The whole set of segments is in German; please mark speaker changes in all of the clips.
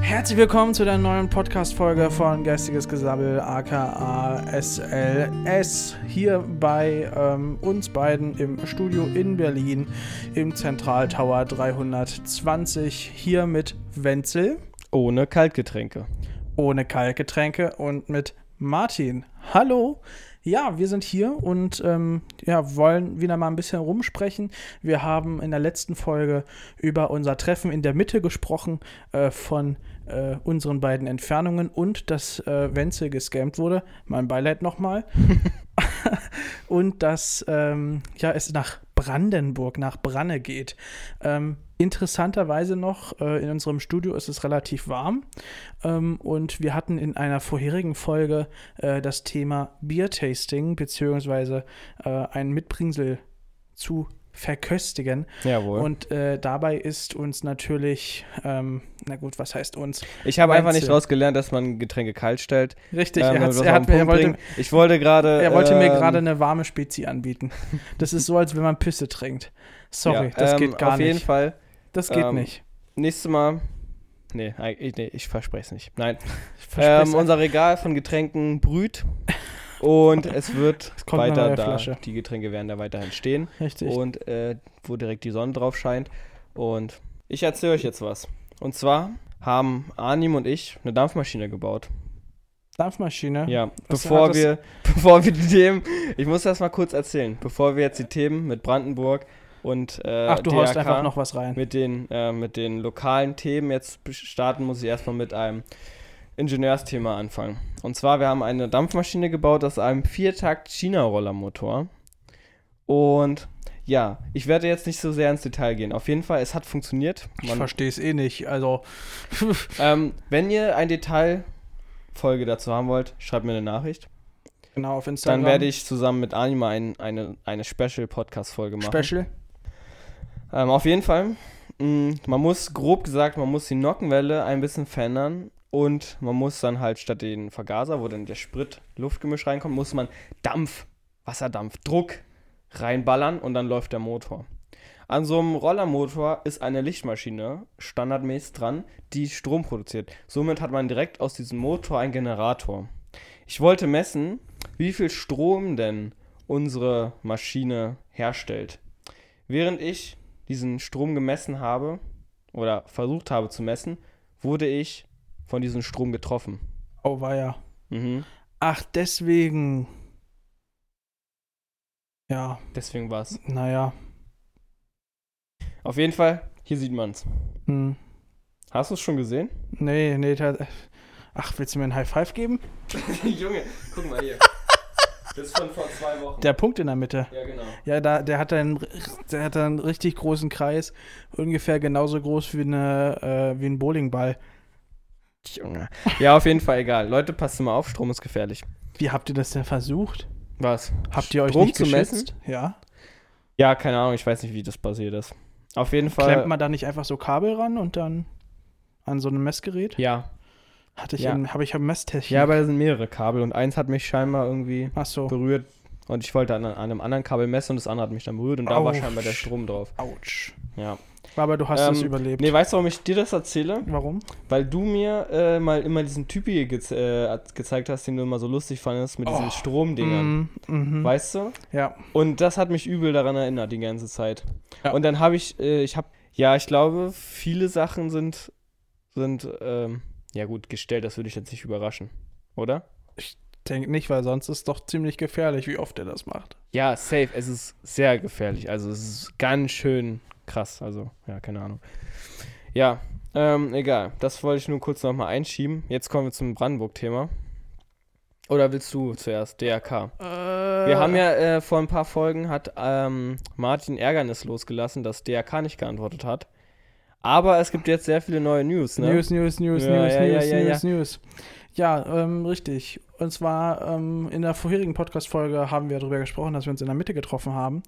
Speaker 1: Herzlich willkommen zu der neuen Podcast-Folge von Geistiges Gesabbel, aka SLS. Hier bei ähm, uns beiden im Studio in Berlin im Zentraltower 320. Hier mit Wenzel,
Speaker 2: Ohne Kaltgetränke.
Speaker 1: ohne Kaltgetränke und mit Martin. Hallo! Ja, wir sind hier und ähm, ja, wollen wieder mal ein bisschen rumsprechen. Wir haben in der letzten Folge über unser Treffen in der Mitte gesprochen äh, von äh, unseren beiden Entfernungen und dass äh, Wenzel gescammt wurde. Mein Beileid nochmal. und dass ähm, ja, es nach Brandenburg, nach Branne geht. Ähm, interessanterweise noch, äh, in unserem Studio ist es relativ warm. Ähm, und wir hatten in einer vorherigen Folge äh, das Thema Biertasting, beziehungsweise äh, ein Mitbringsel zu verköstigen.
Speaker 2: Jawohl.
Speaker 1: Und äh, dabei ist uns natürlich, ähm, na gut, was heißt uns?
Speaker 2: ich habe einfach nicht
Speaker 1: Wenzel.
Speaker 2: rausgelernt, dass man Getränke kalt stellt.
Speaker 1: Richtig,
Speaker 2: Ähm,
Speaker 1: er, hat's,
Speaker 2: das
Speaker 1: er,
Speaker 2: auf
Speaker 1: hat,
Speaker 2: den
Speaker 1: er
Speaker 2: Punkt
Speaker 1: wollte,
Speaker 2: bringen. Ich wollte gerade.
Speaker 1: er wollte mir
Speaker 2: ähm,
Speaker 1: gerade eine warme Spezi anbieten. Das ist so, als wenn man Pisse trinkt. Sorry,
Speaker 2: ja,
Speaker 1: das
Speaker 2: ähm,
Speaker 1: geht gar
Speaker 2: Auf jeden
Speaker 1: nicht.
Speaker 2: Fall.
Speaker 1: Das geht
Speaker 2: ähm,
Speaker 1: nicht.
Speaker 2: Nächstes Mal. Nee, eig- ich, nee, ich verspreche es nicht. Nein.
Speaker 1: Ich verspreche
Speaker 2: Ähm, unser Regal von Getränken brüht. Und es wird
Speaker 1: kommt eine
Speaker 2: weiter
Speaker 1: neue
Speaker 2: da.
Speaker 1: Flasche.
Speaker 2: Die Getränke werden da weiterhin stehen.
Speaker 1: es. Richtig.
Speaker 2: Und äh, wo direkt die Sonne drauf scheint. Und ich erzähle euch jetzt was. Und zwar haben Arnim und ich eine Dampfmaschine gebaut.
Speaker 1: Dampfmaschine.
Speaker 2: Ja,
Speaker 1: Das-
Speaker 2: bevor
Speaker 1: das-
Speaker 2: wir, bevor wir die Themen, ich muss das mal kurz erzählen, bevor wir jetzt die Themen mit Brandenburg und äh,
Speaker 1: Ach, du haust
Speaker 2: DRK
Speaker 1: einfach noch was rein.
Speaker 2: mit den, äh, mit den lokalen Themen jetzt bes- starten, muss ich erstmal mit einem Ingenieursthema anfangen. Und zwar, wir haben eine Dampfmaschine gebaut aus einem Viertakt-China-Rollermotor. Und ja, ich werde jetzt nicht so sehr ins Detail gehen. Auf jeden Fall, es hat funktioniert.
Speaker 1: ich
Speaker 2: Man
Speaker 1: verstehe es eh nicht. Also,
Speaker 2: ähm, wenn ihr eine Detailfolge dazu haben wollt, schreibt mir eine Nachricht.
Speaker 1: genau, auf Instagram.
Speaker 2: Dann werde ich zusammen mit Anima ein, eine, eine Special-Podcast-Folge machen.
Speaker 1: Special.
Speaker 2: Ähm, auf jeden Fall, mh, man muss, grob gesagt, man muss die Nockenwelle ein bisschen verändern und man muss dann halt statt den Vergaser, wo dann der Sprit-Luftgemisch reinkommt, muss man Dampf, Wasserdampf, Druck reinballern und dann läuft der Motor. An so einem Rollermotor ist eine Lichtmaschine standardmäßig dran, die Strom produziert. Somit hat man direkt aus diesem Motor einen Generator. Ich wollte messen, wie viel Strom denn unsere Maschine herstellt. Während ich diesen Strom gemessen habe oder versucht habe zu messen, wurde ich von diesem Strom getroffen.
Speaker 1: Oh, war ja.
Speaker 2: Mhm.
Speaker 1: Ach, deswegen. Ja,
Speaker 2: Deswegen war es.
Speaker 1: naja.
Speaker 2: Auf jeden Fall, hier sieht man es.
Speaker 1: Hm.
Speaker 2: Hast du es schon gesehen?
Speaker 1: Nee, nee. tats- Ach, willst du mir einen High Five geben?
Speaker 2: Junge, guck mal hier. Das ist von vor zwei Wochen.
Speaker 1: Der Punkt in der Mitte.
Speaker 2: ja, genau.
Speaker 1: Ja, da, der, hat einen, der hat einen richtig großen Kreis. Ungefähr genauso groß wie, eine, äh, wie ein Bowlingball.
Speaker 2: Junge. Ja, auf jeden Fall egal. Leute, passt mal auf, Strom ist gefährlich.
Speaker 1: Wie habt ihr das denn versucht?
Speaker 2: Was?
Speaker 1: Habt ihr euch
Speaker 2: Strom
Speaker 1: nicht
Speaker 2: zu
Speaker 1: geschützt?
Speaker 2: messen?
Speaker 1: Ja.
Speaker 2: Ja, keine Ahnung, ich weiß nicht, wie das passiert ist. Auf jeden Fall.
Speaker 1: Klemmt man da nicht einfach so Kabel ran und dann an so ein Messgerät?
Speaker 2: ja.
Speaker 1: Hatte ich,
Speaker 2: Ja.
Speaker 1: in- habe ich am Messtechnik.
Speaker 2: Ja, aber da sind mehrere Kabel und eins hat mich scheinbar irgendwie
Speaker 1: Ach so.
Speaker 2: berührt und ich wollte an, an einem anderen Kabel messen und das andere hat mich dann berührt und da war
Speaker 1: Autsch.
Speaker 2: scheinbar der Strom drauf.
Speaker 1: Autsch.
Speaker 2: Ja.
Speaker 1: Aber du hast
Speaker 2: Ähm,
Speaker 1: es überlebt.
Speaker 2: Nee, weißt du, warum ich dir das erzähle?
Speaker 1: Warum?
Speaker 2: Weil du mir äh, mal immer diesen Typi gez äh, gezeigt hast, den du immer so lustig fandest mit
Speaker 1: Oh.
Speaker 2: diesen Stromdingern.
Speaker 1: Mhm, mhm.
Speaker 2: Weißt du?
Speaker 1: Ja.
Speaker 2: Und das hat mich übel daran erinnert die ganze Zeit.
Speaker 1: Ja.
Speaker 2: Und dann habe ich, äh, ich habe, ja, ich glaube, viele Sachen sind, sind, ähm, ja gut, gestellt, das würde ich jetzt nicht überraschen, oder?
Speaker 1: Denk nicht, weil sonst ist doch ziemlich gefährlich, wie oft er das macht.
Speaker 2: Ja, safe. Es ist sehr gefährlich. Also es ist ganz schön krass. Also, ja, keine Ahnung. Ja, ähm, egal. Das wollte ich nur kurz nochmal einschieben. Jetzt kommen wir zum Brandenburg-Thema. Oder willst du zuerst? DRK. Wir haben ja äh, vor ein paar Folgen hat ähm, Martin Ärgernis losgelassen, dass DRK nicht geantwortet hat. Aber es gibt jetzt sehr viele neue News, ne?
Speaker 1: News, News, News,
Speaker 2: Ja,
Speaker 1: News,
Speaker 2: ja, ja,
Speaker 1: News,
Speaker 2: ja, ja.
Speaker 1: News, News. Ja, ähm, richtig. Und zwar ähm, in der vorherigen Podcast-Folge haben wir darüber gesprochen, dass wir uns in der Mitte getroffen haben,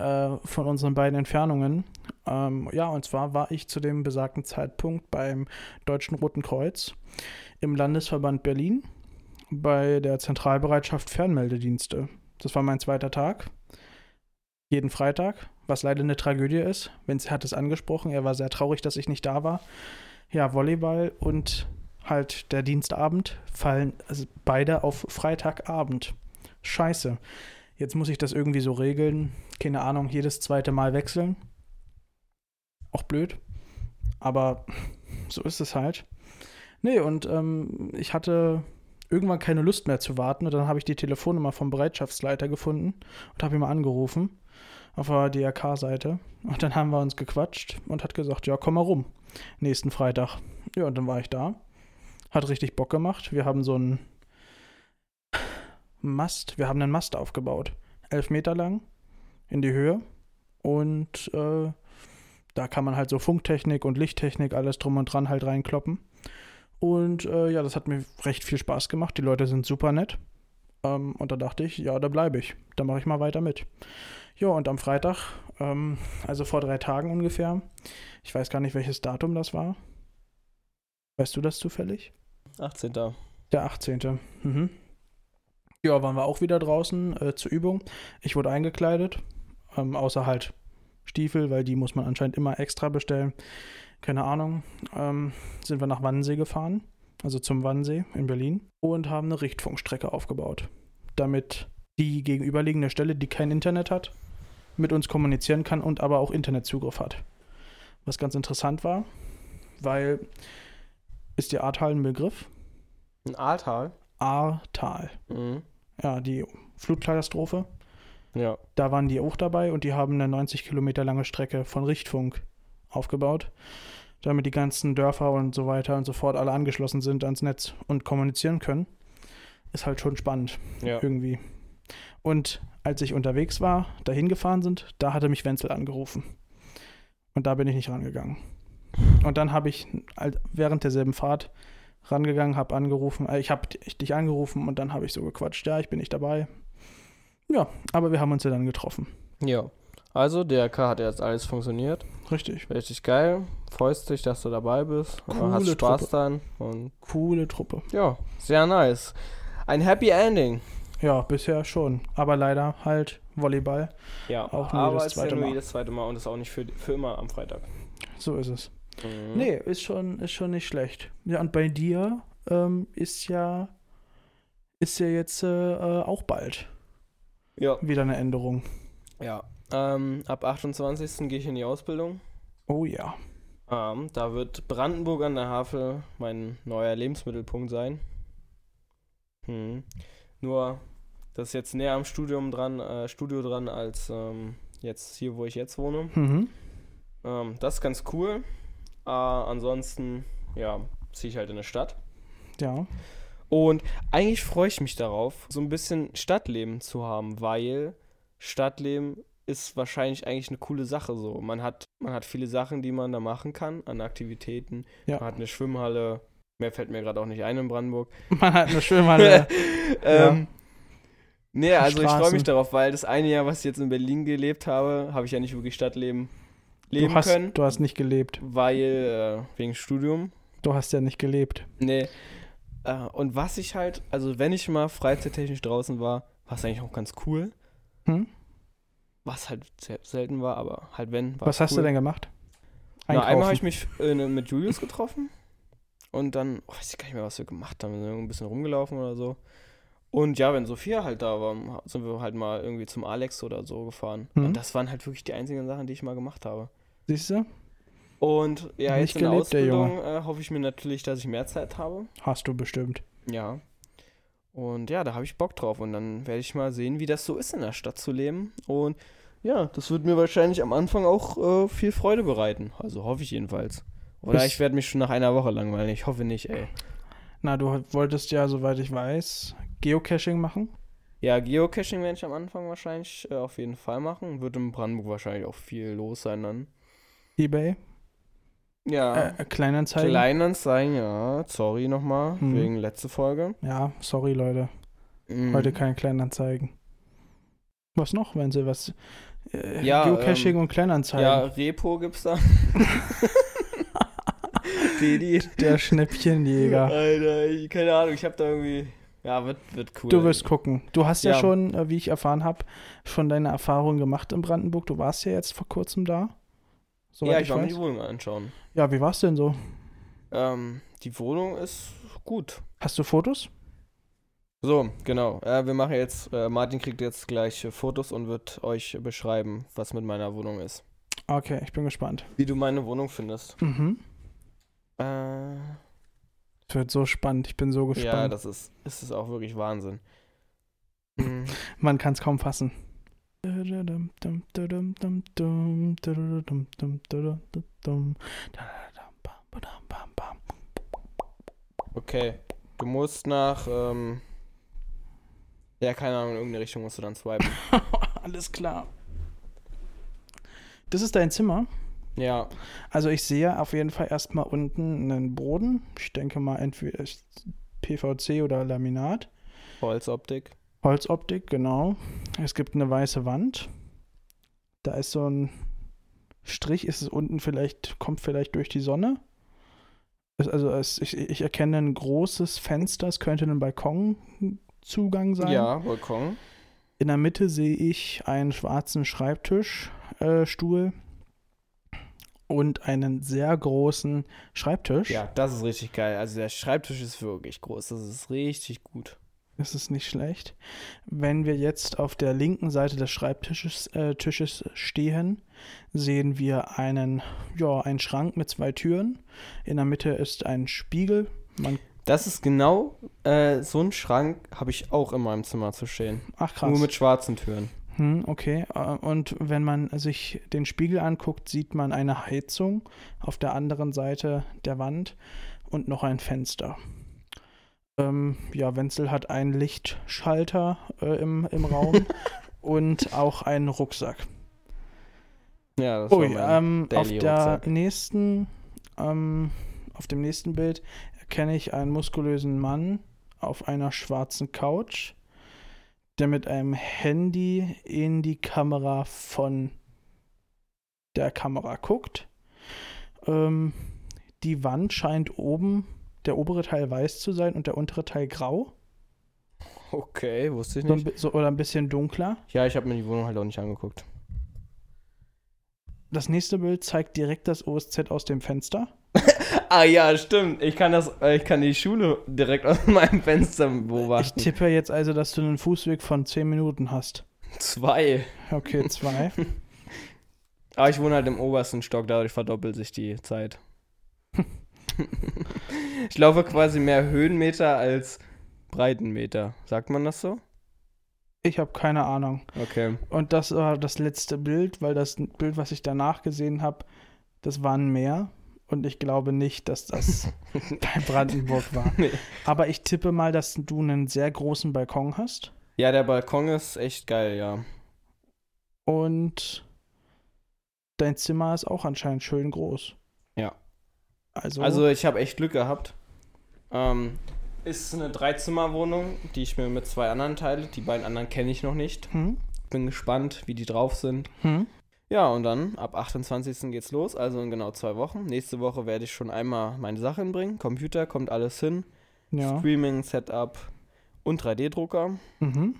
Speaker 1: äh, von unseren beiden Entfernungen. Ähm, ja, und zwar war ich zu dem besagten Zeitpunkt beim Deutschen Roten Kreuz im Landesverband Berlin bei der Zentralbereitschaft Fernmeldedienste. Das war mein zweiter Tag. Jeden Freitag, was leider eine Tragödie ist. Vince hat es angesprochen, er war sehr traurig, dass ich nicht da war. ja, Volleyball und halt der Dienstabend fallen also beide auf Freitagabend. Scheiße. Jetzt muss ich das irgendwie so regeln. Keine Ahnung, jedes zweite Mal wechseln. Auch blöd. Aber so ist es halt. Nee, und ähm, ich hatte irgendwann keine Lust mehr zu warten. Und dann habe ich die Telefonnummer vom Bereitschaftsleiter gefunden und habe ihn mal angerufen auf der DRK-Seite. Und dann haben wir uns gequatscht und hat gesagt, ja, komm mal rum. Nächsten Freitag. Ja, und dann war ich da. Hat richtig Bock gemacht. Wir haben so einen Mast, wir haben einen Mast aufgebaut. Elf Meter lang in die Höhe. Und äh, da kann man halt so Funktechnik und Lichttechnik, alles drum und dran halt reinkloppen. Und äh, ja, das hat mir recht viel Spaß gemacht. Die Leute sind super nett. Ähm, und da dachte ich, ja, da bleibe ich. Da mache ich mal weiter mit. Ja, und am Freitag, ähm, also vor drei Tagen ungefähr, ich weiß gar nicht, welches Datum das war. Weißt du das zufällig?
Speaker 2: 18.
Speaker 1: Der 18. Mhm. Ja, waren wir auch wieder draußen äh, zur Übung. Ich wurde eingekleidet, ähm, außer halt Stiefel, weil die muss man anscheinend immer extra bestellen. Keine Ahnung. Ähm, sind wir nach Wannsee gefahren, also zum Wannsee in Berlin, und haben eine Richtfunkstrecke aufgebaut, damit die gegenüberliegende Stelle, die kein Internet hat, mit uns kommunizieren kann und aber auch Internetzugriff hat. Was ganz interessant war, weil ist dir Ahrtal ein Begriff?
Speaker 2: Ein Ahrtal?
Speaker 1: Ahrtal.
Speaker 2: Mhm.
Speaker 1: Ja, die Flutkatastrophe.
Speaker 2: Ja.
Speaker 1: Da waren die auch dabei und die haben eine 90 Kilometer lange Strecke von Richtfunk aufgebaut, damit die ganzen Dörfer und so weiter und so fort alle angeschlossen sind ans Netz und kommunizieren können. Ist halt schon spannend
Speaker 2: Ja.
Speaker 1: irgendwie. Und als ich unterwegs war, dahin gefahren sind, da hatte mich Wenzel angerufen. Und da bin ich nicht rangegangen. Und dann habe ich al- während derselben Fahrt rangegangen, habe angerufen, äh, ich habe dich angerufen und dann habe ich so gequatscht, ja, ich bin nicht dabei. Ja, aber wir haben uns ja dann getroffen.
Speaker 2: Ja. Also, DRK hat jetzt alles funktioniert.
Speaker 1: Richtig.
Speaker 2: Richtig geil. Freust dich, dass du dabei bist. Äh,
Speaker 1: Coole
Speaker 2: hast Spaß
Speaker 1: Truppe.
Speaker 2: dann. Und
Speaker 1: Coole Truppe.
Speaker 2: ja, sehr nice. Ein Happy Ending.
Speaker 1: Ja, bisher schon. Aber leider halt Volleyball.
Speaker 2: Ja,
Speaker 1: Auch nur
Speaker 2: aber
Speaker 1: jedes
Speaker 2: es ist ja
Speaker 1: zweite
Speaker 2: nur
Speaker 1: Mal.
Speaker 2: jedes zweite Mal und ist auch nicht für, für immer am Freitag.
Speaker 1: So ist es.
Speaker 2: Mhm.
Speaker 1: Nee, ist schon, ist schon nicht schlecht. Ja, und bei dir ähm, ist ja ist ja jetzt äh, äh, auch bald
Speaker 2: Ja.
Speaker 1: wieder eine Änderung.
Speaker 2: ja. Ähm, ab 28. gehe ich in die Ausbildung.
Speaker 1: Oh ja.
Speaker 2: Ähm, da wird Brandenburg an der Havel mein neuer Lebensmittelpunkt sein. Hm. Nur, das ist jetzt näher am Studium dran, äh, Studio dran als ähm, jetzt hier, wo ich jetzt wohne.
Speaker 1: Mhm.
Speaker 2: Ähm, das ist ganz cool. Äh, ansonsten, ja, ziehe ich halt in eine Stadt.
Speaker 1: Ja.
Speaker 2: Und eigentlich freue ich mich darauf, so ein bisschen Stadtleben zu haben, weil Stadtleben ist wahrscheinlich eigentlich eine coole Sache so. Man hat, man hat viele Sachen, die man da machen kann, an Aktivitäten.
Speaker 1: Ja.
Speaker 2: Man hat eine Schwimmhalle. Mehr fällt mir gerade auch nicht ein in Brandenburg.
Speaker 1: Man hat eine Schwimmhalle.
Speaker 2: ähm, Nee, also ich freue mich
Speaker 1: Straßen.
Speaker 2: darauf, weil das eine Jahr, was ich jetzt in Berlin gelebt habe, habe ich ja nicht wirklich Stadtleben leben
Speaker 1: du, hast,
Speaker 2: können,
Speaker 1: du hast nicht gelebt.
Speaker 2: weil äh, wegen Studium.
Speaker 1: Du hast ja nicht gelebt.
Speaker 2: Nee. Äh, und was ich halt, also wenn ich mal freizeittechnisch draußen war, war es eigentlich auch ganz cool.
Speaker 1: Hm?
Speaker 2: Was halt sehr selten war, aber halt wenn. War
Speaker 1: Was
Speaker 2: cool.
Speaker 1: hast du denn gemacht?
Speaker 2: Na, einmal habe ich mich äh, ne- mit Julius getroffen und dann oh, weiß ich gar nicht mehr, was wir gemacht haben. Wir sind irgendwie ein bisschen rumgelaufen oder so. Und ja, wenn Sophia halt da war, sind wir halt mal irgendwie zum Alex oder so gefahren.
Speaker 1: Mhm.
Speaker 2: Und das waren halt wirklich die einzigen Sachen, die ich mal gemacht habe.
Speaker 1: Siehst du?
Speaker 2: Und ja,
Speaker 1: Nicht
Speaker 2: jetzt in der
Speaker 1: gelebt, der
Speaker 2: Ausbildung äh, hoffe ich mir natürlich, dass ich mehr Zeit habe.
Speaker 1: Hast du bestimmt.
Speaker 2: Ja. Und ja, da habe ich Bock drauf. Und dann werde ich mal sehen, wie das so ist, in der Stadt zu leben. Und ja, das wird mir wahrscheinlich am Anfang auch äh, viel Freude bereiten. Also hoffe ich jedenfalls. Oder
Speaker 1: Bis-
Speaker 2: ich werde mich schon nach einer Woche langweilen. Ich hoffe nicht, ey.
Speaker 1: Na, du wolltest ja, soweit ich weiß, Geocaching machen.
Speaker 2: Ja, Geocaching werde ich am Anfang wahrscheinlich äh, auf jeden Fall machen. Wird in Brandenburg wahrscheinlich auch viel los sein dann.
Speaker 1: Ebay.
Speaker 2: Ja.
Speaker 1: Äh, Kleinanzeigen.
Speaker 2: Kleinanzeigen, ja. Sorry nochmal,
Speaker 1: Mhm.
Speaker 2: wegen letzte Folge.
Speaker 1: Ja, sorry, Leute.
Speaker 2: Mhm.
Speaker 1: Heute keine Kleinanzeigen. Was noch, wenn sie was. Äh,
Speaker 2: Ja,
Speaker 1: Geocaching
Speaker 2: ähm,
Speaker 1: und Kleinanzeigen.
Speaker 2: Ja, Repo gibt's da. die, die,
Speaker 1: Der Schnäppchenjäger.
Speaker 2: Alter, ich, keine Ahnung, ich hab da irgendwie. Ja, wird, wird cool.
Speaker 1: Du wirst gucken. Du hast ja,
Speaker 2: Ja.
Speaker 1: schon, äh, wie ich erfahren habe, schon deine Erfahrungen gemacht in Brandenburg. Du warst ja jetzt vor kurzem da. Soweit
Speaker 2: Ja,
Speaker 1: ich
Speaker 2: ich war mir die
Speaker 1: weiß.
Speaker 2: Wohnung anschauen.
Speaker 1: Ja, wie war's denn so?
Speaker 2: Ähm, die Wohnung ist gut.
Speaker 1: Hast du Fotos?
Speaker 2: So, genau. Äh, wir machen jetzt, äh, Martin kriegt jetzt gleich äh, Fotos und wird euch beschreiben, was mit meiner Wohnung ist.
Speaker 1: Okay, ich bin gespannt.
Speaker 2: Wie du meine Wohnung findest.
Speaker 1: Mhm.
Speaker 2: Äh,
Speaker 1: Es wird so spannend. Ich bin so
Speaker 2: ja,
Speaker 1: gespannt.
Speaker 2: das ist, ist es auch wirklich Wahnsinn. Mhm.
Speaker 1: Man kann es kaum fassen. Wie
Speaker 2: Okay. Du musst nach, ähm, ja, keine Ahnung, in irgendeine Richtung musst du dann swipen.
Speaker 1: Alles klar. Das ist dein Zimmer.
Speaker 2: ja,
Speaker 1: Also ich sehe auf jeden Fall erstmal unten einen Boden. Ich denke mal entweder PVC oder Laminat.
Speaker 2: Holzoptik.
Speaker 1: Holzoptik, genau. Es gibt eine weiße Wand. Da ist so ein Strich, ist es unten vielleicht, kommt vielleicht durch die Sonne. Es- Also es, ich, ich erkenne ein großes Fenster, es könnte ein Balkonzugang sein.
Speaker 2: Ja, Balkon.
Speaker 1: In der Mitte sehe ich einen schwarzen Schreibtischstuhl äh, Stuhl und einen sehr großen Schreibtisch.
Speaker 2: Ja, das ist richtig geil. Also der Schreibtisch ist wirklich groß. Das ist richtig gut.
Speaker 1: Das ist nicht schlecht. Wenn wir jetzt auf der linken Seite des Schreibtisches äh, Tisches stehen, sehen wir einen, ja, einen Schrank mit zwei Türen. In der Mitte ist ein Spiegel. Man,
Speaker 2: Das ist genau äh, so ein Schrank, habe ich auch in meinem Zimmer zu stehen.
Speaker 1: ach krass.
Speaker 2: Nur mit schwarzen Türen.
Speaker 1: hm, okay. Äh, Und wenn man sich den Spiegel anguckt, sieht man eine Heizung auf der anderen Seite der Wand und noch ein Fenster. Ähm, ja, Wenzel hat einen Lichtschalter äh, im, im Raum und auch einen Rucksack.
Speaker 2: Ja, das
Speaker 1: Ui,
Speaker 2: war mein-
Speaker 1: ähm, auf
Speaker 2: Daily
Speaker 1: der
Speaker 2: Rucksack.
Speaker 1: nächsten, ähm, auf dem nächsten Bild erkenne ich einen muskulösen Mann auf einer schwarzen Couch, der mit einem Handy in die Kamera von der Kamera guckt. Ähm, die Wand scheint oben, der obere Teil weiß zu sein und der untere Teil grau.
Speaker 2: Okay, wusste ich
Speaker 1: So ein,
Speaker 2: nicht.
Speaker 1: bi- so, oder ein bisschen dunkler.
Speaker 2: Ja, ich habe mir die Wohnung halt auch nicht angeguckt.
Speaker 1: Das nächste Bild zeigt direkt das OSZ aus dem Fenster.
Speaker 2: Ah ja, stimmt. Ich kann das, äh, ich kann die Schule direkt aus meinem Fenster
Speaker 1: Ich
Speaker 2: beobachten.
Speaker 1: tippe jetzt also, dass du einen Fußweg von 10 Minuten hast.
Speaker 2: Zwei.
Speaker 1: Okay, zwei.
Speaker 2: Aber ich wohne halt im obersten Stock, dadurch verdoppelt sich die Zeit. ich laufe quasi mehr Höhenmeter als Breitenmeter. Sagt man das so?
Speaker 1: ich habe keine Ahnung.
Speaker 2: Okay.
Speaker 1: Und das war das letzte Bild, weil das Bild, was ich danach gesehen habe, das war ein Meer. Und ich glaube nicht, dass das bei Brandenburg war.
Speaker 2: Nee.
Speaker 1: Aber ich tippe mal, dass du einen sehr großen Balkon hast.
Speaker 2: Ja, der Balkon ist echt geil, ja.
Speaker 1: Und dein Zimmer ist auch anscheinend schön groß.
Speaker 2: Ja.
Speaker 1: Also,
Speaker 2: Also ich habe echt Glück gehabt. Ähm, ist eine Dreizimmerwohnung, die ich mir mit zwei anderen teile. Die beiden anderen kenne ich noch nicht.
Speaker 1: hm?
Speaker 2: Bin gespannt, wie die drauf sind.
Speaker 1: Hm?
Speaker 2: Ja, und dann ab 28. geht's los, also in genau zwei Wochen. Nächste Woche werde ich schon einmal meine Sachen bringen. Computer kommt alles hin.
Speaker 1: ja.
Speaker 2: Streaming, Setup und 3D-Drucker.
Speaker 1: Mhm.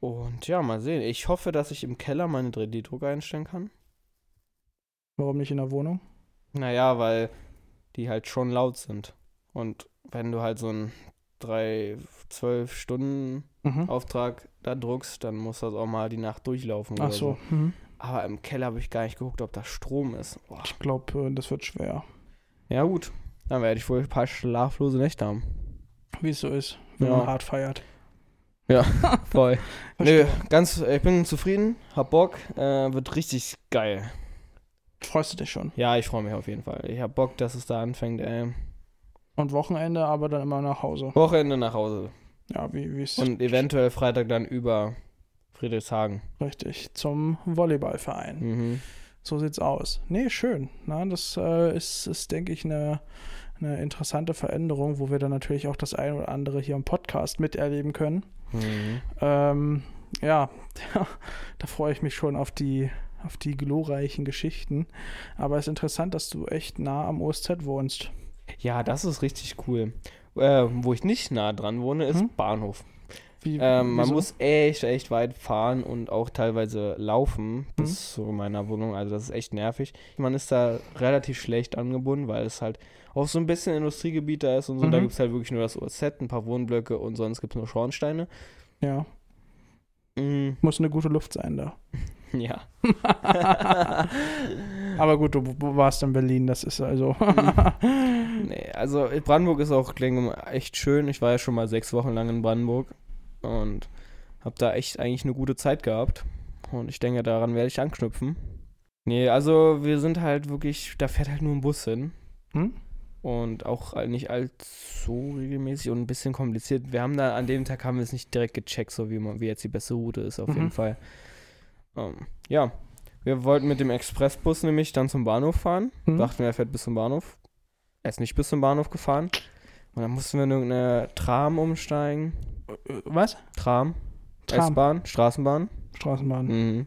Speaker 2: Und ja, mal sehen. Ich hoffe, dass ich im Keller meine 3D-Drucker einstellen kann.
Speaker 1: Warum nicht in der Wohnung?
Speaker 2: Naja, weil die halt schon laut sind. Und wenn du halt so einen 3-12-Stunden-Auftrag
Speaker 1: Mhm.
Speaker 2: da druckst, dann muss das auch mal die Nacht durchlaufen.
Speaker 1: Ach
Speaker 2: oder
Speaker 1: so. Mhm.
Speaker 2: Aber im Keller habe ich gar nicht geguckt, ob da Strom ist. Boah.
Speaker 1: Ich glaube, das wird schwer.
Speaker 2: Ja, gut. Dann werde ich wohl ein paar schlaflose Nächte haben.
Speaker 1: Wie es so ist, wenn
Speaker 2: Ja.
Speaker 1: man hart feiert.
Speaker 2: Voll. Nö,
Speaker 1: Verstehe.
Speaker 2: ganz, ich bin zufrieden, hab Bock, äh, wird richtig geil.
Speaker 1: Freust du dich schon.
Speaker 2: Ja, ich freue mich auf jeden Fall. Ich hab Bock, dass es da anfängt, äh, ey.
Speaker 1: Und Wochenende aber dann immer nach Hause.
Speaker 2: Wochenende nach Hause.
Speaker 1: Ja, wie wie es
Speaker 2: Und eventuell Freitag dann über Friedrichshagen.
Speaker 1: richtig zum Volleyballverein.
Speaker 2: Mhm.
Speaker 1: So sieht's aus. Nee, schön. Na, das äh, ist, ist denke ich, eine, eine interessante Veränderung, wo wir dann natürlich auch das ein oder andere hier im Podcast miterleben können.
Speaker 2: Mhm.
Speaker 1: Ähm, ja, da freue ich mich schon auf die, auf die glorreichen Geschichten. Aber es ist interessant, dass du echt nah am OSZ wohnst.
Speaker 2: Ja, das ist richtig cool. Äh, wo ich nicht nah dran wohne, ist
Speaker 1: Hm?
Speaker 2: Bahnhof.
Speaker 1: Wie,
Speaker 2: Ähm, man
Speaker 1: wieso?
Speaker 2: muss echt, echt weit fahren und auch teilweise
Speaker 1: Hm?
Speaker 2: laufen bis zu meiner Wohnung. Also das ist echt nervig. Man ist da relativ schlecht angebunden, weil es halt auch so ein bisschen Industriegebiet da ist und so. Und Da
Speaker 1: Mhm.
Speaker 2: gibt es halt wirklich nur das OZ, ein paar Wohnblöcke und sonst gibt es nur Schornsteine.
Speaker 1: Ja,
Speaker 2: Mm,
Speaker 1: muss eine gute Luft sein da.
Speaker 2: ja.
Speaker 1: Aber gut, du w- warst in Berlin, das ist also.
Speaker 2: Hm. Nee, also Brandenburg ist auch klingt echt schön. Ich war ja schon mal sechs Wochen lang in Brandenburg und habe da echt eigentlich eine gute Zeit gehabt. Und ich denke, daran werde ich anknüpfen. Nee, also wir sind halt wirklich, da fährt halt nur ein Bus hin.
Speaker 1: Hm?
Speaker 2: Und auch nicht allzu regelmäßig und ein bisschen kompliziert. Wir haben da, an dem Tag haben wir es nicht direkt gecheckt, so wie, man, wie jetzt die beste Route ist, auf
Speaker 1: Mhm.
Speaker 2: jeden Fall. Ähm, ja, wir wollten mit dem Expressbus nämlich dann zum Bahnhof fahren.
Speaker 1: Hm?
Speaker 2: Dachten wir, er fährt bis zum Bahnhof. Er ist nicht bis zum Bahnhof gefahren. Und dann mussten wir in irgendeine Tram umsteigen.
Speaker 1: Äh, Was?
Speaker 2: Tram.
Speaker 1: Tram.
Speaker 2: S-Bahn, Straßenbahn.
Speaker 1: Straßenbahn.
Speaker 2: Mhm.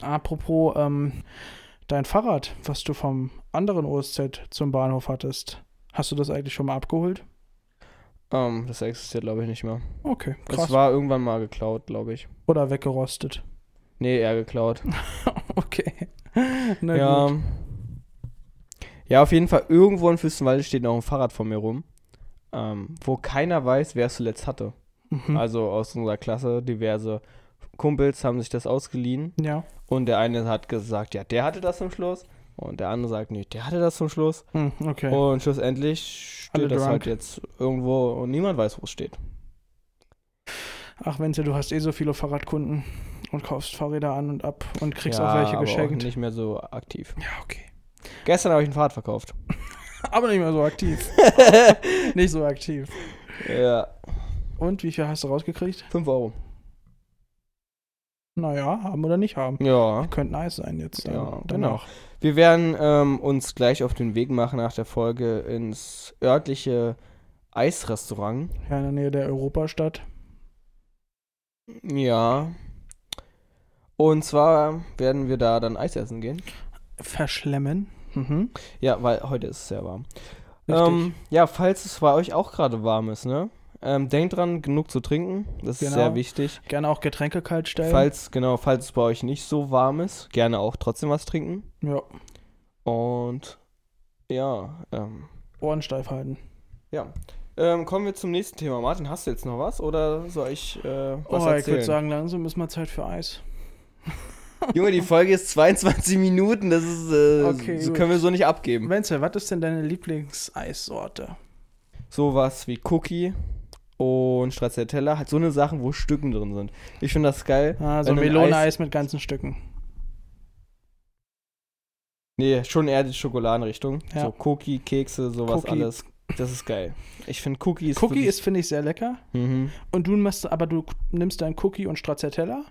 Speaker 1: Apropos ähm, dein Fahrrad, was du vom anderen OSZ zum Bahnhof hattest. Hast du das eigentlich schon mal abgeholt?
Speaker 2: Ähm, das existiert, glaube ich, nicht mehr.
Speaker 1: Okay,
Speaker 2: Es
Speaker 1: krass.
Speaker 2: war irgendwann mal geklaut, glaube ich.
Speaker 1: Oder weggerostet.
Speaker 2: Nee, eher geklaut.
Speaker 1: Okay. Na
Speaker 2: ja.
Speaker 1: gut.
Speaker 2: Ja, auf jeden Fall, irgendwo in Fürstenwalde steht noch ein Fahrrad von mir rum. Ähm, wo keiner weiß, wer es zuletzt hatte.
Speaker 1: Mhm.
Speaker 2: Also aus unserer Klasse, diverse Kumpels haben sich das ausgeliehen.
Speaker 1: ja.
Speaker 2: Und der eine hat gesagt, ja, der hatte das zum Schluss. Und der andere sagt, nee, der hatte das zum Schluss.
Speaker 1: Hm, okay.
Speaker 2: Und schlussendlich steht
Speaker 1: Alle
Speaker 2: das
Speaker 1: drunk.
Speaker 2: halt jetzt irgendwo und niemand weiß, wo es steht.
Speaker 1: Ach, Wenzel, du hast eh so viele Fahrradkunden und kaufst Fahrräder an und ab und kriegst
Speaker 2: ja,
Speaker 1: auch welche
Speaker 2: aber
Speaker 1: geschenkt.
Speaker 2: nicht mehr so aktiv.
Speaker 1: ja, okay.
Speaker 2: Gestern habe ich ein Fahrrad verkauft.
Speaker 1: Aber nicht mehr so aktiv. nicht so aktiv.
Speaker 2: ja,
Speaker 1: Und wie viel hast du rausgekriegt?
Speaker 2: 5 Euro.
Speaker 1: Naja, haben oder nicht haben.
Speaker 2: Ja.
Speaker 1: Könnte nice sein jetzt. dann-
Speaker 2: Ja, genau.
Speaker 1: danach.
Speaker 2: Wir werden ähm, uns gleich auf den Weg machen nach der Folge ins örtliche Eisrestaurant.
Speaker 1: Ja, in der Nähe der Europastadt.
Speaker 2: Ja. Und zwar werden wir da dann Eis essen gehen.
Speaker 1: Verschlemmen. Mhm.
Speaker 2: Ja, weil heute ist es sehr warm.
Speaker 1: Richtig.
Speaker 2: Ähm, ja, falls es bei euch auch gerade warm ist, ne? Ähm, denkt dran, genug zu trinken. Das ist
Speaker 1: Genau.
Speaker 2: sehr wichtig.
Speaker 1: Gerne auch Getränke kalt stellen.
Speaker 2: Falls, genau, falls es bei euch nicht so warm ist, gerne auch trotzdem was trinken.
Speaker 1: ja,
Speaker 2: Und ja, ähm,
Speaker 1: Ohren steif halten.
Speaker 2: ja. Ähm, kommen wir zum nächsten Thema. Martin, hast du jetzt noch was oder soll ich äh, was
Speaker 1: oh, ich
Speaker 2: erzählen?
Speaker 1: würde sagen, langsam ist mal Zeit für Eis.
Speaker 2: Junge, die Folge ist 22 Minuten. Das ist, äh,
Speaker 1: Okay,
Speaker 2: so
Speaker 1: gut.
Speaker 2: können wir so nicht abgeben.
Speaker 1: Wenzel, was ist denn deine Lieblingseissorte?
Speaker 2: sowas wie Cookie und Stracciatella, halt so eine Sachen, wo Stücken drin sind. Ich finde das geil.
Speaker 1: Ah, so
Speaker 2: wenn ein Eis-
Speaker 1: Meloneis mit ganzen Stücken.
Speaker 2: Nee, schon eher die Schokoladenrichtung.
Speaker 1: Ja.
Speaker 2: So Cookie, Kekse, sowas
Speaker 1: Cookie.
Speaker 2: alles. Das ist geil. Ich finde Cookie ist
Speaker 1: Cookie
Speaker 2: wirklich-
Speaker 1: ist, finde ich, sehr lecker.
Speaker 2: Mhm.
Speaker 1: Und du machst, aber du nimmst dann Cookie und Stracciatella?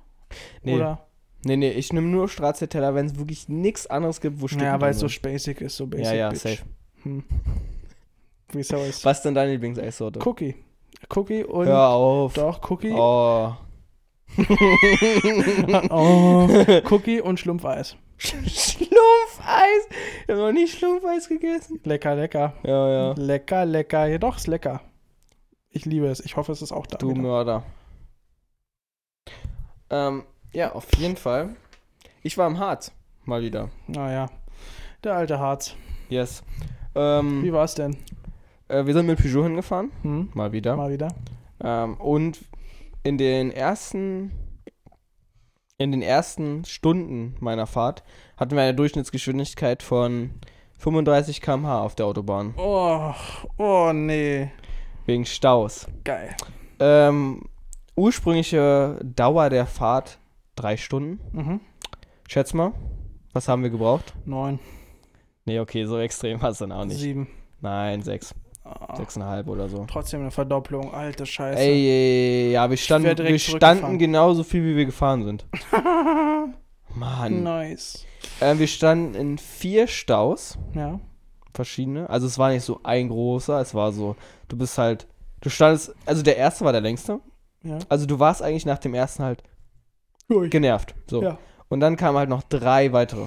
Speaker 2: Nee.
Speaker 1: Oder?
Speaker 2: Nee, nee, ich nehme nur Stracciatella, wenn es wirklich nichts anderes gibt, wo Stücken
Speaker 1: Ja, weil
Speaker 2: drin
Speaker 1: es so
Speaker 2: sind.
Speaker 1: basic ist, so basic.
Speaker 2: Ja, ja,
Speaker 1: bitch.
Speaker 2: safe.
Speaker 1: Hm. Wie es ist.
Speaker 2: Was ist denn deine Lieblingseissorte?
Speaker 1: Cookie. Cookie und.
Speaker 2: Hör auf.
Speaker 1: Doch, Cookie.
Speaker 2: Oh.
Speaker 1: Oh, Cookie und Schlumpfeis.
Speaker 2: Schlumpfeis. Ich habe noch nie Schlumpfeis gegessen.
Speaker 1: Lecker, lecker.
Speaker 2: Ja, ja.
Speaker 1: Lecker, lecker. Ja, doch, ist lecker. Ich liebe es. Ich hoffe, es ist auch da.
Speaker 2: Du
Speaker 1: wieder.
Speaker 2: Mörder. Ähm, ja, auf jeden Fall. Ich war im Harz. Mal wieder.
Speaker 1: Naja. Ah, Der alte Harz.
Speaker 2: Yes.
Speaker 1: Wie
Speaker 2: Ähm,
Speaker 1: war es denn?
Speaker 2: äh, wir sind mit Peugeot hingefahren.
Speaker 1: Hm?
Speaker 2: Mal wieder.
Speaker 1: Mal wieder.
Speaker 2: Ähm, und in den ersten. In den ersten Stunden meiner Fahrt hatten wir eine Durchschnittsgeschwindigkeit von 35 km/h auf der Autobahn.
Speaker 1: Oh, oh nee.
Speaker 2: Wegen Staus.
Speaker 1: Geil.
Speaker 2: Ähm, ursprüngliche Dauer der Fahrt drei Stunden.
Speaker 1: Mhm.
Speaker 2: Schätz mal, was haben wir gebraucht?
Speaker 1: Neun,
Speaker 2: Nee, okay, so extrem war es dann auch nicht.
Speaker 1: sieben.
Speaker 2: Nein, sechs.
Speaker 1: Ah,
Speaker 2: Sechseinhalb oder so.
Speaker 1: trotzdem eine Verdopplung. Alte Scheiße.
Speaker 2: Ey, ey, ey, ja, wir
Speaker 1: wär
Speaker 2: standen,
Speaker 1: direkt
Speaker 2: wir
Speaker 1: zurückgefahren.
Speaker 2: standen genauso viel, wie wir gefahren sind.
Speaker 1: Genau.
Speaker 2: Mann.
Speaker 1: nice.
Speaker 2: Ähm, wir standen in vier Staus,
Speaker 1: Ja.
Speaker 2: verschiedene. Also es war nicht so ein großer, es war so, du bist halt, du standest, also der erste war der längste.
Speaker 1: Ja.
Speaker 2: Also du warst eigentlich nach dem ersten halt
Speaker 1: Durch.
Speaker 2: genervt. So.
Speaker 1: Ja.
Speaker 2: Und dann kamen halt noch drei weitere.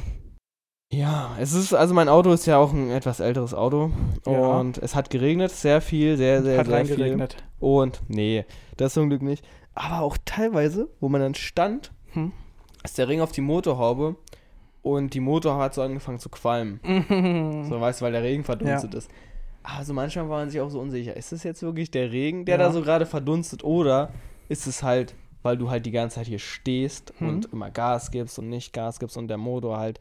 Speaker 2: Ja, es ist, also mein Auto ist ja auch ein etwas älteres Auto.
Speaker 1: Ja.
Speaker 2: Und es hat geregnet, sehr viel, sehr, sehr,
Speaker 1: Hat
Speaker 2: sehr viel.
Speaker 1: reingeregnet.
Speaker 2: Und nee, das zum Glück nicht. Aber auch teilweise, wo man dann stand,
Speaker 1: Hm.
Speaker 2: ist der Ring auf die Motorhaube und die Motorhaube hat so angefangen zu qualmen.
Speaker 1: Mhm.
Speaker 2: So, weißt du, weil der Regen verdunstet ist. Also manchmal war man sich auch so unsicher, ist es jetzt wirklich der Regen, der
Speaker 1: Ja.
Speaker 2: da so gerade verdunstet oder ist es halt, weil du halt die ganze Zeit hier stehst
Speaker 1: Mhm.
Speaker 2: und immer Gas gibst und nicht Gas gibst und der Motor halt,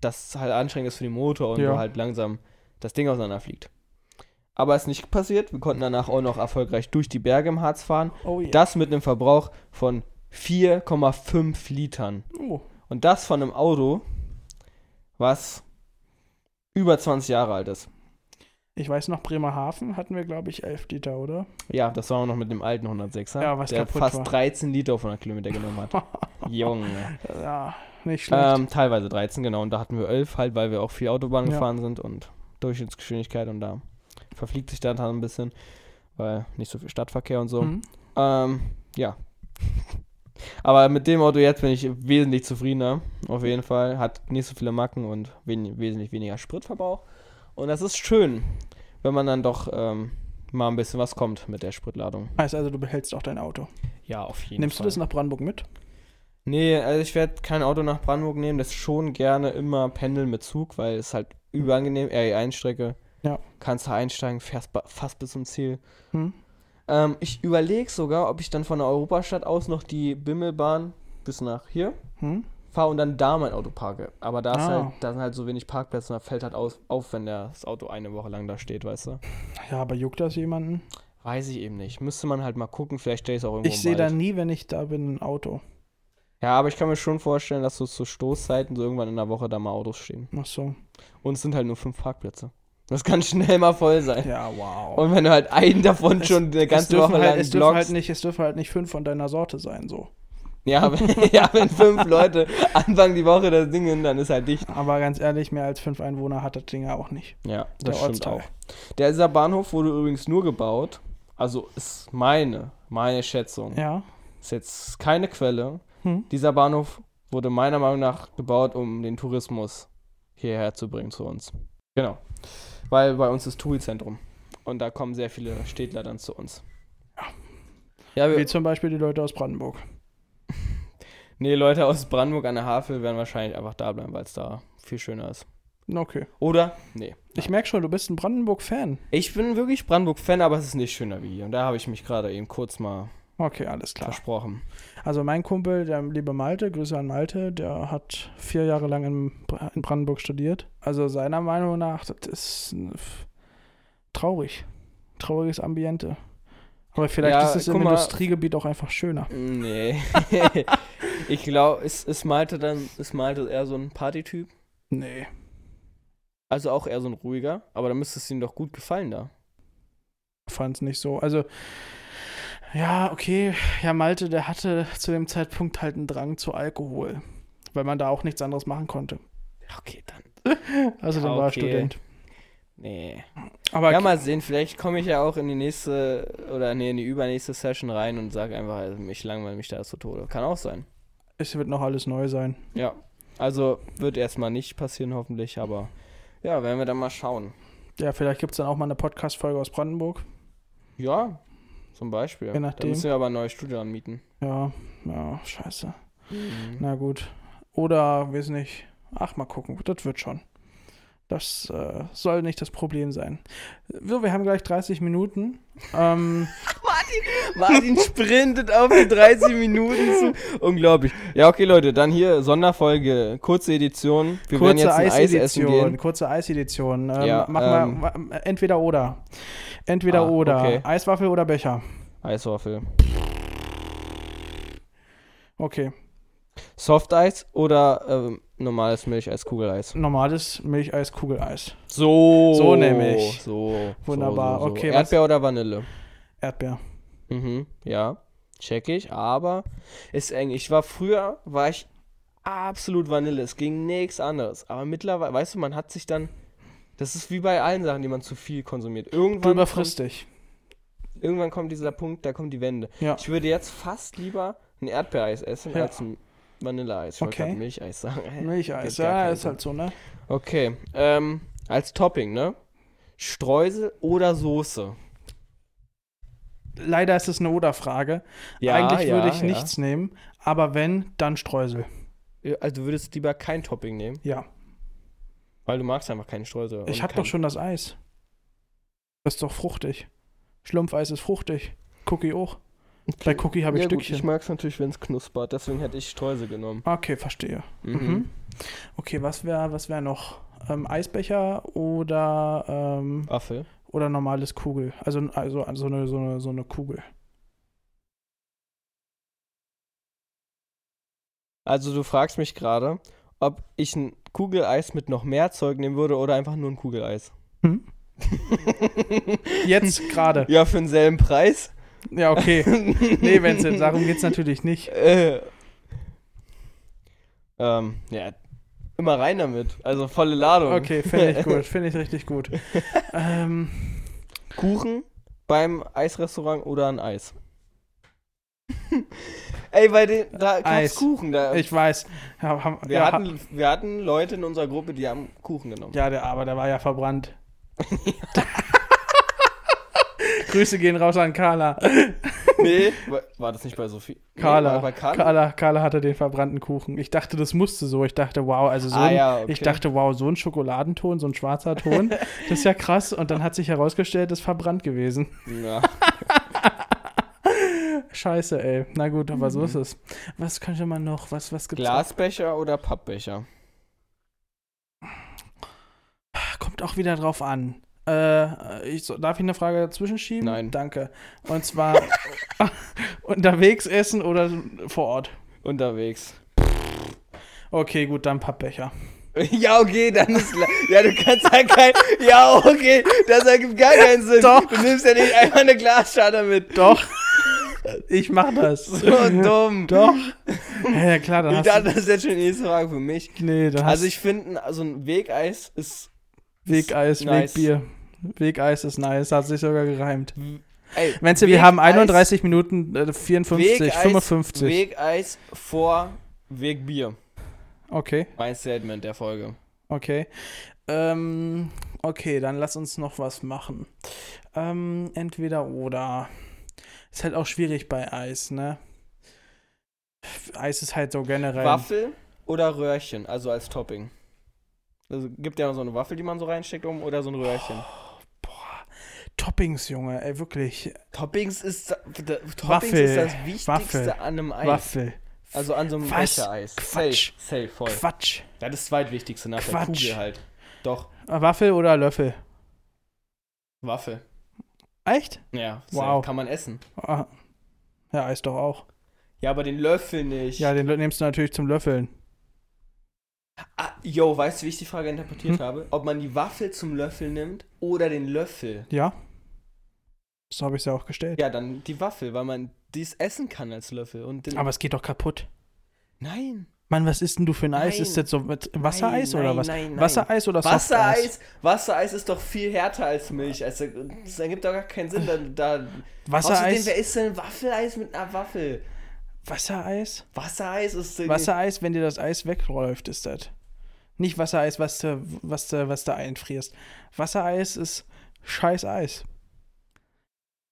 Speaker 2: das halt anstrengend ist für den Motor und
Speaker 1: Ja.
Speaker 2: du halt langsam das Ding auseinanderfliegt. Aber ist nicht passiert. Wir konnten danach auch noch erfolgreich durch die Berge im Harz fahren.
Speaker 1: Oh ja.
Speaker 2: Das mit einem Verbrauch von 4,5 Litern.
Speaker 1: oh.
Speaker 2: Und das von einem Auto, was über 20 Jahre alt ist.
Speaker 1: Ich weiß noch, Bremerhaven hatten wir, glaube ich, 11 Liter, oder?
Speaker 2: Ja, das war auch noch mit dem alten 106er,
Speaker 1: Ja, was
Speaker 2: der
Speaker 1: kaputt
Speaker 2: fast
Speaker 1: war.
Speaker 2: 13 Liter auf 100 Kilometer genommen hat. Junge.
Speaker 1: Ja, nicht schlecht.
Speaker 2: Ähm, teilweise 13, genau. Und da hatten wir 11 halt, weil wir auch viel Autobahn
Speaker 1: Ja.
Speaker 2: gefahren sind und Durchschnittsgeschwindigkeit und da verfliegt sich dann halt ein bisschen, weil nicht so viel Stadtverkehr und so.
Speaker 1: Hm.
Speaker 2: Ähm, ja. Aber mit dem Auto jetzt bin ich wesentlich zufriedener. Auf jeden Fall. Hat nicht so viele Macken und wen wesentlich weniger Spritverbrauch. Und das ist schön, wenn man dann doch ähm, mal ein bisschen was kommt mit der Spritladung.
Speaker 1: Heißt also, du behältst auch dein Auto.
Speaker 2: Ja, auf jeden
Speaker 1: Nimmst
Speaker 2: Fall.
Speaker 1: du das nach Brandenburg mit?
Speaker 2: Nee, also ich werde kein Auto nach Brandenburg nehmen. Das schon gerne immer pendeln mit Zug, weil es halt überangenehm. RE1-Strecke.
Speaker 1: Hm. Ja.
Speaker 2: Kannst du einsteigen, fährst ba- fast bis zum Ziel.
Speaker 1: Hm?
Speaker 2: Ähm, ich überlege sogar, ob ich dann von der Europastadt aus noch die Bimmelbahn bis nach hier
Speaker 1: Hm?
Speaker 2: fahre und dann da mein Auto parke. Aber da, ist
Speaker 1: Ah.
Speaker 2: halt, da sind halt so wenig Parkplätze und da fällt halt aus, auf, wenn das Auto eine Woche lang da steht, weißt du?
Speaker 1: Ja, aber juckt das jemanden?
Speaker 2: Weiß ich eben nicht. Müsste man halt mal gucken, vielleicht stelle ich es auch irgendwo
Speaker 1: Ich
Speaker 2: im
Speaker 1: sehe da
Speaker 2: Wald.
Speaker 1: nie, wenn ich da bin, ein Auto.
Speaker 2: Ja, aber ich kann mir schon vorstellen, dass so zu Stoßzeiten so irgendwann in der Woche da mal Autos stehen.
Speaker 1: Ach so.
Speaker 2: Und es sind halt nur fünf Parkplätze. Das kann schnell mal voll sein.
Speaker 1: Ja, wow.
Speaker 2: Und wenn du halt einen davon schon eine
Speaker 1: es,
Speaker 2: ganze
Speaker 1: dürfen
Speaker 2: Woche lang
Speaker 1: halt, es, dürfen
Speaker 2: blockst,
Speaker 1: halt nicht, es dürfen halt nicht fünf von deiner Sorte sein, so.
Speaker 2: Ja, wenn, ja, wenn fünf Leute Anfang die Woche das singen, dann ist halt dicht.
Speaker 1: Aber ganz ehrlich, mehr als fünf Einwohner hat das Ding ja auch nicht.
Speaker 2: Ja,
Speaker 1: Der Ortsteil.
Speaker 2: Der dieser Bahnhof wurde übrigens nur gebaut, also ist meine, meine Schätzung,
Speaker 1: Ja.
Speaker 2: ist jetzt keine Quelle.
Speaker 1: Hm?
Speaker 2: Dieser Bahnhof wurde meiner Meinung nach gebaut, um den Tourismus hierher zu bringen zu uns. Genau. Weil bei uns ist Touri-Zentrum. Und da kommen sehr viele Städtler dann zu uns. Ja, wir,
Speaker 1: Wie zum Beispiel die Leute aus Brandenburg.
Speaker 2: nee, Leute aus Brandenburg an der Havel werden wahrscheinlich einfach da bleiben, weil es da viel schöner ist.
Speaker 1: Okay.
Speaker 2: Oder? Nee.
Speaker 1: Ich merke schon, du bist ein Brandenburg-Fan.
Speaker 2: Ich bin wirklich Brandenburg-Fan, aber es ist nicht schöner wie hier. Und da habe ich mich gerade eben kurz mal
Speaker 1: Okay, alles klar.
Speaker 2: versprochen.
Speaker 1: Also mein Kumpel, der liebe Malte, Grüße an Malte, der hat vier Jahre lang in, Bra- in Brandenburg studiert. Also seiner Meinung nach, das ist äh, f- traurig. Trauriges Ambiente. Aber vielleicht
Speaker 2: Ja,
Speaker 1: ist es im
Speaker 2: guck mal.
Speaker 1: Industriegebiet auch einfach schöner.
Speaker 2: Nee. ich glaube, ist, ist Malte dann, ist Malte eher so ein Partytyp?
Speaker 1: Nee.
Speaker 2: Also auch eher so ein ruhiger, aber dann müsste es ihm doch gut gefallen da.
Speaker 1: fand es nicht so. Also, ja, okay, ja, Malte, der hatte zu dem Zeitpunkt halt einen Drang zu Alkohol, weil man da auch nichts anderes machen konnte.
Speaker 2: Okay, dann.
Speaker 1: Also,
Speaker 2: Ja,
Speaker 1: dann war er
Speaker 2: okay.
Speaker 1: Student.
Speaker 2: Nee.
Speaker 1: Aber
Speaker 2: Ja, mal sehen, vielleicht komme ich ja auch in die nächste oder nee, in die übernächste Session rein und sage einfach, also ich langweile mich da zu Tode. Kann auch sein.
Speaker 1: es wird noch alles neu sein.
Speaker 2: Ja. Also wird erstmal nicht passieren, hoffentlich, aber ja, werden wir dann mal schauen.
Speaker 1: Ja, vielleicht gibt es dann auch mal eine Podcast-Folge aus Brandenburg.
Speaker 2: Ja, zum Beispiel.
Speaker 1: Je nachdem.
Speaker 2: Da müssen wir aber ein neues Studio anmieten.
Speaker 1: Ja, ja, scheiße.
Speaker 2: Mhm.
Speaker 1: Na gut. Oder, weiß nicht, ach, mal gucken, das wird schon. Das äh, soll nicht das Problem sein. So, wir haben gleich 30 Minuten. Ähm,
Speaker 2: Martin sprintet auf die 30 Minuten zu. Unglaublich. Ja, okay, Leute, dann hier Sonderfolge, kurze Edition. Wir werden
Speaker 1: kurze
Speaker 2: jetzt ein Eis essen
Speaker 1: Eisedition,
Speaker 2: gehen.
Speaker 1: kurze Eisedition. Ähm,
Speaker 2: Ja,
Speaker 1: mach
Speaker 2: ähm,
Speaker 1: mal wa- entweder oder. Entweder
Speaker 2: Ah,
Speaker 1: oder.
Speaker 2: okay.
Speaker 1: Eiswaffel oder Becher.
Speaker 2: Eiswaffel.
Speaker 1: Okay.
Speaker 2: Softeis oder ähm, normales Milcheis, Kugeleis.
Speaker 1: Normales Milcheis, Kugeleis.
Speaker 2: So.
Speaker 1: So nämlich.
Speaker 2: So.
Speaker 1: Wunderbar,
Speaker 2: So, so, so.
Speaker 1: okay, was-
Speaker 2: Erdbeer oder Vanille?
Speaker 1: Erdbeer.
Speaker 2: Mhm, ja. Check ich, aber ist eng. Ich war früher, war ich absolut Vanille. Es ging nichts anderes. Aber mittlerweile, weißt du, man hat sich dann. Das ist wie bei allen Sachen, die man zu viel konsumiert.
Speaker 1: Du
Speaker 2: Irgendwann,
Speaker 1: überfrisst dich.
Speaker 2: Kommt, irgendwann kommt dieser Punkt, da kommt die Wende.
Speaker 1: Ja.
Speaker 2: Ich würde jetzt fast lieber ein Erdbeereis essen
Speaker 1: Ja.
Speaker 2: als ein Vanilleeis. Ich wollte
Speaker 1: Okay.
Speaker 2: gerade Milcheis sagen.
Speaker 1: Milcheis,
Speaker 2: Geht gar
Speaker 1: ja,
Speaker 2: keinen
Speaker 1: ist
Speaker 2: Sinn.
Speaker 1: halt so, ne?
Speaker 2: Okay, ähm, als Topping, ne? Streusel oder Soße?
Speaker 1: leider ist es eine Oder-Frage.
Speaker 2: Ja,
Speaker 1: Eigentlich würde
Speaker 2: ja,
Speaker 1: ich
Speaker 2: ja.
Speaker 1: nichts nehmen, aber wenn, dann Streusel.
Speaker 2: Also du würdest lieber kein Topping nehmen,
Speaker 1: Ja.
Speaker 2: weil du magst einfach keinen Streusel. und
Speaker 1: Ich habe
Speaker 2: kein-
Speaker 1: doch schon das Eis. Das ist doch fruchtig. Schlumpfeis ist fruchtig. Cookie auch. Bei Cookie habe ich
Speaker 2: ja,
Speaker 1: Stückchen.
Speaker 2: Gut, ich mag es natürlich, wenn es knuspert, deswegen hätte ich Streusel genommen.
Speaker 1: okay, verstehe. Mhm.
Speaker 2: Mhm.
Speaker 1: Okay, was wäre was wär noch? Ähm, Eisbecher oder, ähm,
Speaker 2: Waffel.
Speaker 1: oder normales Kugel? Also, also so, eine, so, eine, so eine Kugel.
Speaker 2: Also du fragst mich gerade, ob ich ein Kugeleis mit noch mehr Zeug nehmen würde oder einfach nur ein Kugeleis.
Speaker 1: Hm? Jetzt gerade.
Speaker 2: ja, für denselben Preis.
Speaker 1: Ja, okay. Nee, Vincent, darum geht es natürlich nicht.
Speaker 2: Äh, ähm, ja, immer rein damit. Also volle Ladung.
Speaker 1: Okay, finde ich gut. Finde ich richtig gut. Ähm,
Speaker 2: Kuchen beim Eisrestaurant oder ein Eis? Ey, bei den, da
Speaker 1: Eis.
Speaker 2: gab's Kuchen. Da,
Speaker 1: ich weiß. Ja, haben,
Speaker 2: wir,
Speaker 1: ja, ha-
Speaker 2: hatten, wir hatten Leute in unserer Gruppe, die haben Kuchen genommen.
Speaker 1: Ja, der, aber der war ja verbrannt. Grüße gehen raus an Carla.
Speaker 2: Nee, wa- war das nicht bei Sophie? Nee,
Speaker 1: Carla.
Speaker 2: war bei Carla.
Speaker 1: Carla, Carla hatte den verbrannten Kuchen. Ich dachte, das musste so. Ich dachte, wow, also so
Speaker 2: Ah,
Speaker 1: ein,
Speaker 2: ja, okay.
Speaker 1: ich dachte, wow, so ein Schokoladenton, so ein schwarzer Ton, das ist ja krass. Und dann hat sich herausgestellt, das ist verbrannt gewesen.
Speaker 2: Ja.
Speaker 1: Scheiße, ey. Na gut, aber
Speaker 2: Mhm.
Speaker 1: so ist es. Was könnte man noch? Was, was gibt's?
Speaker 2: Glasbecher oder Pappbecher?
Speaker 1: Kommt auch wieder drauf an. Äh, ich, so- darf ich eine Frage dazwischen schieben?
Speaker 2: Nein.
Speaker 1: Danke. Und zwar unterwegs essen oder vor Ort?
Speaker 2: Unterwegs.
Speaker 1: Okay, gut, dann Pappbecher.
Speaker 2: Ja, okay, dann ist klar. Ja, du kannst ja kein. Ja, okay, das ergibt gar keinen Sinn.
Speaker 1: Doch.
Speaker 2: Du nimmst ja nicht einfach eine Glasschale mit.
Speaker 1: Doch. Ich mach das.
Speaker 2: So dumm.
Speaker 1: Doch. Ja, ja, klar, dann
Speaker 2: Ich
Speaker 1: hast
Speaker 2: dachte,
Speaker 1: du.
Speaker 2: das ist jetzt schon die nächste Frage für mich.
Speaker 1: Nee, dann hast
Speaker 2: Also ich finde, also ein Wegeis ist.
Speaker 1: du Wegeis,
Speaker 2: nice.
Speaker 1: Wegbier. Wegeis ist nice, hat sich sogar gereimt.
Speaker 2: Ey,
Speaker 1: Meinst du, wir haben
Speaker 2: Wegeis-
Speaker 1: 31 Minuten, äh, 54,
Speaker 2: Wegeis-
Speaker 1: 55.
Speaker 2: Wegeis vor Wegbier.
Speaker 1: okay,
Speaker 2: Mein Statement der Folge.
Speaker 1: okay. Ähm, okay, dann lass uns noch was machen. Ähm, entweder oder. Ist halt auch schwierig bei Eis, ne? Eis ist halt so generell.
Speaker 2: Waffel oder Röhrchen, also als Topping. Also gibt ja so eine Waffel, die man so reinsteckt um oder so ein Röhrchen.
Speaker 1: Boah. Toppings, Junge, ey, wirklich.
Speaker 2: Toppings ist, da- da- Toppings
Speaker 1: Waffel,
Speaker 2: ist das Wichtigste
Speaker 1: Waffel,
Speaker 2: an einem Eis.
Speaker 1: Waffel.
Speaker 2: Also an so einem
Speaker 1: Was?
Speaker 2: Bechereis.
Speaker 1: Quatsch.
Speaker 2: Safe, safe, voll.
Speaker 1: Quatsch.
Speaker 2: Ja, das zweitwichtigste nach
Speaker 1: Quatsch.
Speaker 2: der Kugel halt. Doch,
Speaker 1: Waffel oder Löffel?
Speaker 2: Waffel.
Speaker 1: Echt?
Speaker 2: Ja, safe.
Speaker 1: Wow.
Speaker 2: kann man essen.
Speaker 1: Ah. Ja, Eis doch auch.
Speaker 2: Ja, aber den Löffel nicht.
Speaker 1: Ja, den Lö- nimmst du natürlich zum Löffeln.
Speaker 2: Ah, yo, weißt du, wie ich die Frage interpretiert
Speaker 1: Hm?
Speaker 2: habe? Ob man die Waffel zum Löffel nimmt oder den Löffel.
Speaker 1: Ja. So habe ich es ja auch gestellt.
Speaker 2: Ja, dann die Waffel, weil man dies essen kann als Löffel. Und den
Speaker 1: Aber es geht doch kaputt.
Speaker 2: nein.
Speaker 1: Mann, was ist denn du für ein Eis?
Speaker 2: Nein.
Speaker 1: Ist das so mit Wassereis
Speaker 2: Nein,
Speaker 1: oder
Speaker 2: nein,
Speaker 1: was?
Speaker 2: nein, nein.
Speaker 1: Wassereis oder Softeis?
Speaker 2: Wassereis, Wassereis ist doch viel härter als Milch. Also, das ergibt doch gar keinen Sinn. Da, da. Außerdem, wer
Speaker 1: Wassereis,
Speaker 2: isst denn Waffeleis mit einer Waffel?
Speaker 1: Wassereis?
Speaker 2: Wassereis ist.
Speaker 1: Äh, Wassereis, wenn dir das Eis wegläuft, ist das. Nicht Wassereis, was du, was du, was du einfrierst. Wassereis ist scheiß Eis.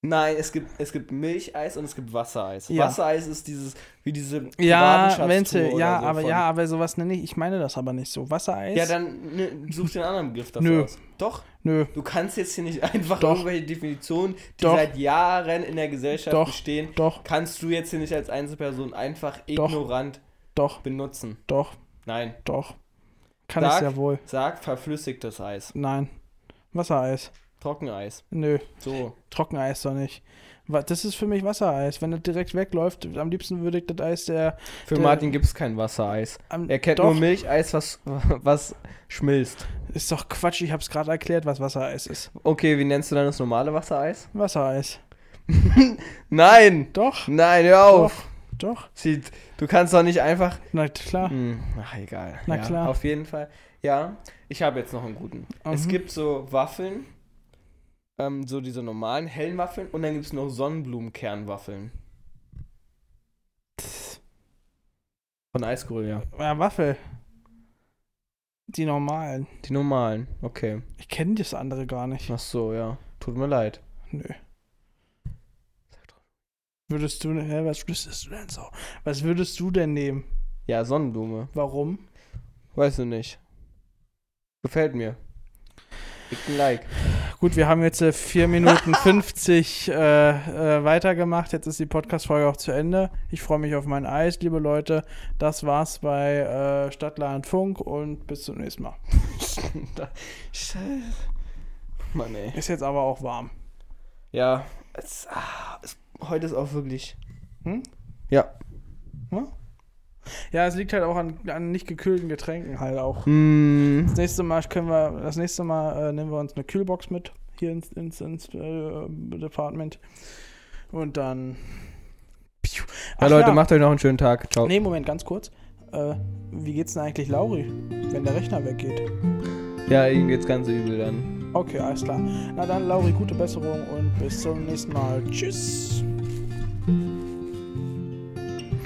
Speaker 2: Nein, es gibt, es gibt Milcheis und es gibt Wassereis.
Speaker 1: Ja.
Speaker 2: Wassereis ist dieses, wie diese
Speaker 1: Ja,
Speaker 2: Piratenschatz-Tour
Speaker 1: Wenzel,
Speaker 2: oder
Speaker 1: ja,
Speaker 2: so
Speaker 1: aber
Speaker 2: von-
Speaker 1: ja, aber sowas nenne ich. Ich meine das aber nicht so. Wassereis?
Speaker 2: Ja, dann ne, such den anderen Begriff dafür
Speaker 1: Nö.
Speaker 2: aus. Doch,
Speaker 1: Nö.
Speaker 2: du kannst jetzt hier nicht einfach
Speaker 1: Doch.
Speaker 2: irgendwelche Definitionen, die
Speaker 1: Doch.
Speaker 2: seit Jahren in der Gesellschaft
Speaker 1: Doch.
Speaker 2: bestehen,
Speaker 1: Doch,
Speaker 2: kannst du jetzt hier nicht als Einzelperson einfach
Speaker 1: Doch.
Speaker 2: ignorant
Speaker 1: doch,
Speaker 2: benutzen.
Speaker 1: doch,
Speaker 2: Nein.
Speaker 1: doch. Kann
Speaker 2: Sag-
Speaker 1: ich sehr wohl.
Speaker 2: Sag verflüssigtes Eis.
Speaker 1: Nein. Wassereis.
Speaker 2: Trockeneis.
Speaker 1: Nö,
Speaker 2: So.
Speaker 1: Trockeneis doch nicht. Wa- Das ist für mich Wassereis. Wenn das direkt wegläuft, am liebsten würde ich das Eis der.
Speaker 2: Für
Speaker 1: Der-
Speaker 2: Martin gibt es kein Wassereis.
Speaker 1: Am,
Speaker 2: Er kennt
Speaker 1: doch,
Speaker 2: nur Milcheis, was, was schmilzt.
Speaker 1: Ist doch Quatsch, ich hab's gerade erklärt, was Wassereis ist.
Speaker 2: Okay, wie nennst du dann das normale Wassereis?
Speaker 1: Wassereis.
Speaker 2: Nein!
Speaker 1: Doch,
Speaker 2: Nein, hör
Speaker 1: doch,
Speaker 2: auf!
Speaker 1: doch.
Speaker 2: Sie, du kannst doch nicht einfach.
Speaker 1: Na klar.
Speaker 2: Hm, ach, egal.
Speaker 1: Na
Speaker 2: ja,
Speaker 1: klar.
Speaker 2: Auf jeden Fall. Ja, ich habe jetzt noch einen guten. Es
Speaker 1: Mhm.
Speaker 2: gibt so Waffeln, ähm, so diese normalen hellen Waffeln und dann gibt es noch Sonnenblumenkernwaffeln. Von Eisgröhl, ja.
Speaker 1: Ja, Waffel. Die normalen.
Speaker 2: Die normalen, okay.
Speaker 1: Ich kenne das andere gar nicht.
Speaker 2: Ach so, ja. Tut mir leid.
Speaker 1: Nö. Würdest du, hä, was würdest du denn so? Was würdest du denn nehmen?
Speaker 2: Ja, Sonnenblume.
Speaker 1: Warum?
Speaker 2: Weißt du nicht. Gefällt mir. Kriegt ein Like.
Speaker 1: Gut, wir haben jetzt äh, 4 Minuten 50 äh, äh, weitergemacht. Jetzt ist die Podcast-Folge auch zu Ende. Ich freue mich auf mein Eis, liebe Leute. Das war's bei äh, Stadtland Funk und bis zum nächsten Mal.
Speaker 2: Da- Scheiße. Mann, ey.
Speaker 1: Ist jetzt aber auch warm.
Speaker 2: Ja. Es, ah, es, heute ist auch wirklich.
Speaker 1: Hm?
Speaker 2: Ja.
Speaker 1: Hm? Ja, es liegt halt auch an, an nicht gekühlten Getränken halt auch.
Speaker 2: Mm,
Speaker 1: Das nächste Mal können wir, das nächste Mal äh, nehmen wir uns eine Kühlbox mit hier ins, ins, ins äh, Department. Und dann. Piu.
Speaker 2: ja,
Speaker 1: Ach
Speaker 2: Leute, macht euch noch einen schönen Tag. Ciao.
Speaker 1: Nee, Moment, ganz kurz. Äh, wie geht's denn eigentlich Lauri, wenn der Rechner weggeht?
Speaker 2: Ja, ihm geht's ganz übel dann.
Speaker 1: Okay, alles klar. Na dann, Lauri, gute Besserung und bis zum nächsten Mal. Tschüss.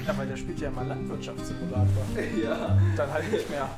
Speaker 1: Ja, weil der spielt ja immer Landwirtschaftssimulator. Ja. Dann halt nicht mehr.